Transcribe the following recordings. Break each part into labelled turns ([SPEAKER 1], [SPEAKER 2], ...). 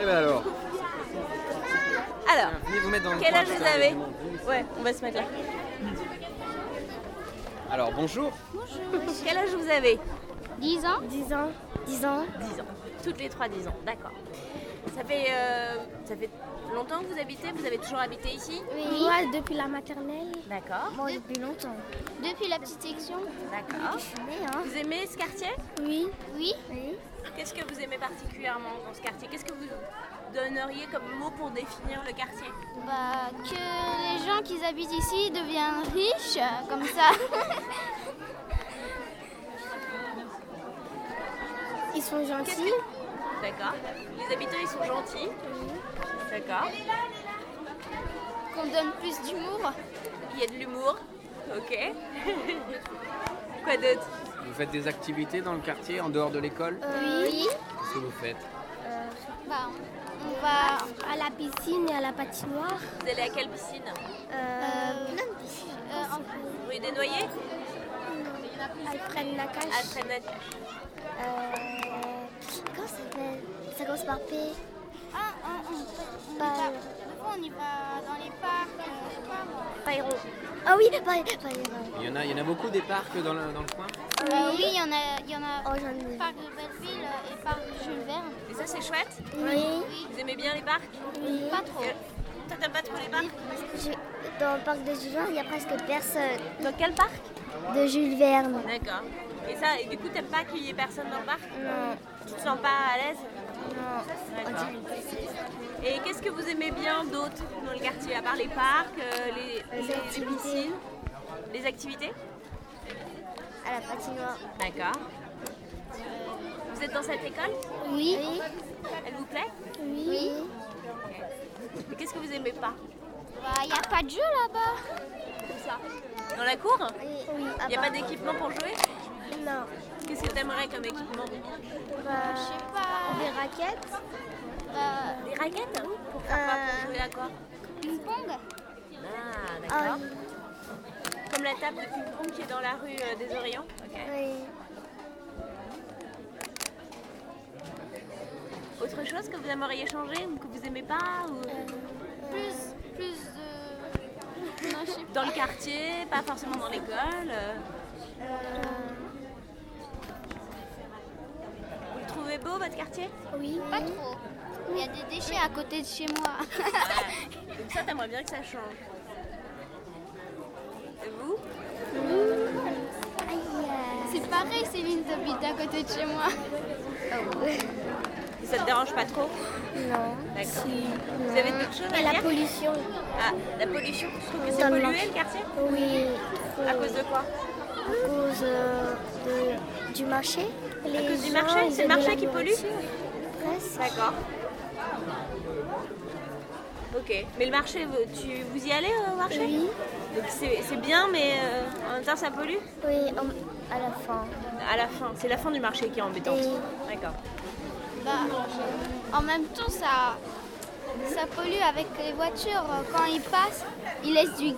[SPEAKER 1] Eh ben alors,
[SPEAKER 2] Alors,
[SPEAKER 1] venez vous mettre dans le
[SPEAKER 2] quel
[SPEAKER 1] coin,
[SPEAKER 2] âge vous
[SPEAKER 1] putain,
[SPEAKER 2] avez
[SPEAKER 1] évidemment.
[SPEAKER 2] Ouais, on va se mettre là.
[SPEAKER 1] Alors bonjour.
[SPEAKER 2] Quel âge vous avez
[SPEAKER 3] 10 ans 10 ans 10 ans
[SPEAKER 2] 10 ans. Toutes les trois 10 ans, d'accord. Ça fait, euh, ça fait longtemps que vous habitez Vous avez toujours habité ici
[SPEAKER 3] Moi, depuis la maternelle.
[SPEAKER 2] D'accord,
[SPEAKER 3] Moi, depuis longtemps. Depuis la petite section
[SPEAKER 2] d'accord.
[SPEAKER 3] Je suis née, hein
[SPEAKER 2] Vous aimez ce quartier
[SPEAKER 3] Oui. Oui Oui.
[SPEAKER 2] Qu'est-ce que vous aimez particulièrement dans ce quartier Qu'est-ce que vous donneriez comme mot pour définir le quartier
[SPEAKER 3] Bah, que les gens qui habitent ici deviennent riches, euh, comme ça. Ils sont
[SPEAKER 2] Qu'est-ce que- D'accord. Les habitants, ils sont gentils. D'accord.
[SPEAKER 3] Qu'on donne plus d'humour.
[SPEAKER 2] Il y a de l'humour. Ok. Quoi d'autre
[SPEAKER 1] Vous faites des activités dans le quartier en dehors de l'école
[SPEAKER 3] Euh, oui.
[SPEAKER 1] Qu'est-ce que vous faites
[SPEAKER 3] Bah, on va à la piscine et à la patinoire. Euh,
[SPEAKER 2] Vous allez à quelle piscine
[SPEAKER 4] Euh,
[SPEAKER 3] plein de piscines.
[SPEAKER 2] Rue des Noyers
[SPEAKER 3] Alfred Nakache.
[SPEAKER 2] À Trenat-
[SPEAKER 3] Euh, Comment ça s'appelle Ça commence par P.
[SPEAKER 4] Ah, ah, ah, on,
[SPEAKER 3] Bah,
[SPEAKER 4] va- des fois, on y va dans les parcs, euh, je sais pas moi.
[SPEAKER 3] Ah oui, Byron. Byron.
[SPEAKER 1] il y, en a, il y en a beaucoup des parcs dans le, dans le coin
[SPEAKER 4] Bah oui, il y en a, il y en a
[SPEAKER 3] Oh, j'en ai vu.
[SPEAKER 4] parc de Belleville et parc de Jules Verne.
[SPEAKER 2] Et ça, c'est chouette
[SPEAKER 3] Oui.
[SPEAKER 2] Vous aimez bien les parcs
[SPEAKER 3] oui.
[SPEAKER 4] Pas trop.
[SPEAKER 2] Toi, t'aimes pas trop les parcs
[SPEAKER 3] Je- Dans le parc de Jules Verne, il n'y a presque personne.
[SPEAKER 2] Dans quel parc
[SPEAKER 3] De Jules Verne.
[SPEAKER 2] D'accord. Et ça, et du coup, t'aimes pas qu'il y ait personne dans le parc Non. Tu te sens pas à l'aise Non. D'accord. Et qu'est-ce que vous aimez bien d'autre dans le quartier, à part les parcs, euh, les, les- les
[SPEAKER 3] activités.
[SPEAKER 2] piscines, les activités
[SPEAKER 3] À la patinoire.
[SPEAKER 2] D'accord. Vous êtes dans cette école
[SPEAKER 3] Oui.
[SPEAKER 2] Elle vous plaît
[SPEAKER 3] Oui.
[SPEAKER 2] Et qu'est-ce que vous aimez pas
[SPEAKER 4] Bah, il n'y a
[SPEAKER 3] Ah,
[SPEAKER 4] pas de jeu là-bas.
[SPEAKER 2] Tout ça Dans la cour
[SPEAKER 3] Oui. Ah bah,
[SPEAKER 2] Il n'y a pas d'équipement pour jouer
[SPEAKER 3] Non.
[SPEAKER 2] Qu'est-ce que t'aimerais comme équipement
[SPEAKER 3] Bah,
[SPEAKER 4] Je sais pas.
[SPEAKER 3] des raquettes.
[SPEAKER 4] Bah,
[SPEAKER 2] Des raquettes Pour faire quoi Pour
[SPEAKER 3] Euh,
[SPEAKER 2] jouer à quoi
[SPEAKER 4] ping-pong.
[SPEAKER 2] Ah,
[SPEAKER 3] hein.
[SPEAKER 2] d'accord. Comme la table de ping-pong qui est dans la rue euh, des Orients. Ok.
[SPEAKER 3] oui.
[SPEAKER 2] Autre chose que vous aimeriez changer ou que vous aimez pas ou...
[SPEAKER 4] Plus, plus de. Non, je sais
[SPEAKER 2] Dans le quartier, pas forcément dans l'école. euh.
[SPEAKER 3] Euh,
[SPEAKER 2] Vous le trouvez beau votre quartier
[SPEAKER 3] Oui.
[SPEAKER 4] pas trop. Il y a des déchets à côté de chez moi.
[SPEAKER 2] Donc ça, t'aimerais bien que ça change. Et vous
[SPEAKER 4] c'est pareil, Céline habite à côté de chez moi.
[SPEAKER 2] Ça te dérange pas trop
[SPEAKER 3] Non.
[SPEAKER 2] D'accord. Vous avez d'autres choses à
[SPEAKER 3] Et la
[SPEAKER 2] dire
[SPEAKER 3] pollution.
[SPEAKER 2] Ah, la pollution Tu trouves que c'est
[SPEAKER 3] Totalement.
[SPEAKER 2] pollué le quartier
[SPEAKER 3] Oui.
[SPEAKER 2] À cause de quoi Ah
[SPEAKER 3] à cause euh, de- du marché. Les
[SPEAKER 2] cause du
[SPEAKER 3] gens,
[SPEAKER 2] marché
[SPEAKER 3] ils
[SPEAKER 2] C'est le
[SPEAKER 3] donnent de
[SPEAKER 2] marché
[SPEAKER 3] la
[SPEAKER 2] qui pollue
[SPEAKER 3] nourriture. Presque.
[SPEAKER 2] D'accord. Ok, mais le marché, vous- tu, vous y allez euh, au marché
[SPEAKER 3] Oui.
[SPEAKER 2] Donc c'est c'est bien, mais euh, en même temps ça pollue
[SPEAKER 3] Oui, en- à la fin.
[SPEAKER 2] À la fin, c'est la fin du marché qui est embêtante.
[SPEAKER 3] Oui.
[SPEAKER 2] D'accord.
[SPEAKER 4] Bah, en même temps, ça, ça pollue avec les voitures. Quand ils passent, ils laissent du.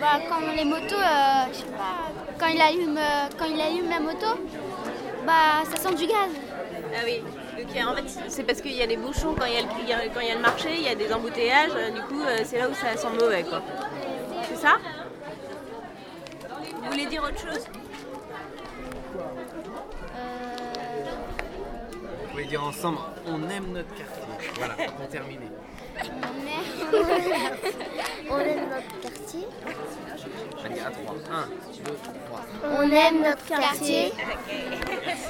[SPEAKER 4] Bah, quand les motos, euh, je sais pas, quand ils allument, euh, quand ils allument la moto, bah, ça sent du gaz.
[SPEAKER 2] Ah oui, donc il y a- en fait c'est parce qu'il y a des bouchons quand il y a le, il y a- quand il y a le marché, il y a des embouteillages, euh, du coup euh, c'est là où ça sent mauvais quoi. C'est ça Vous voulez dire autre chose
[SPEAKER 1] Vous pouvez dire ensemble, on aime notre quartier. Voilà, pour terminer.
[SPEAKER 3] On aime notre quartier.
[SPEAKER 1] Allez, à 3. 1, 2, 3.
[SPEAKER 3] On aime notre quartier.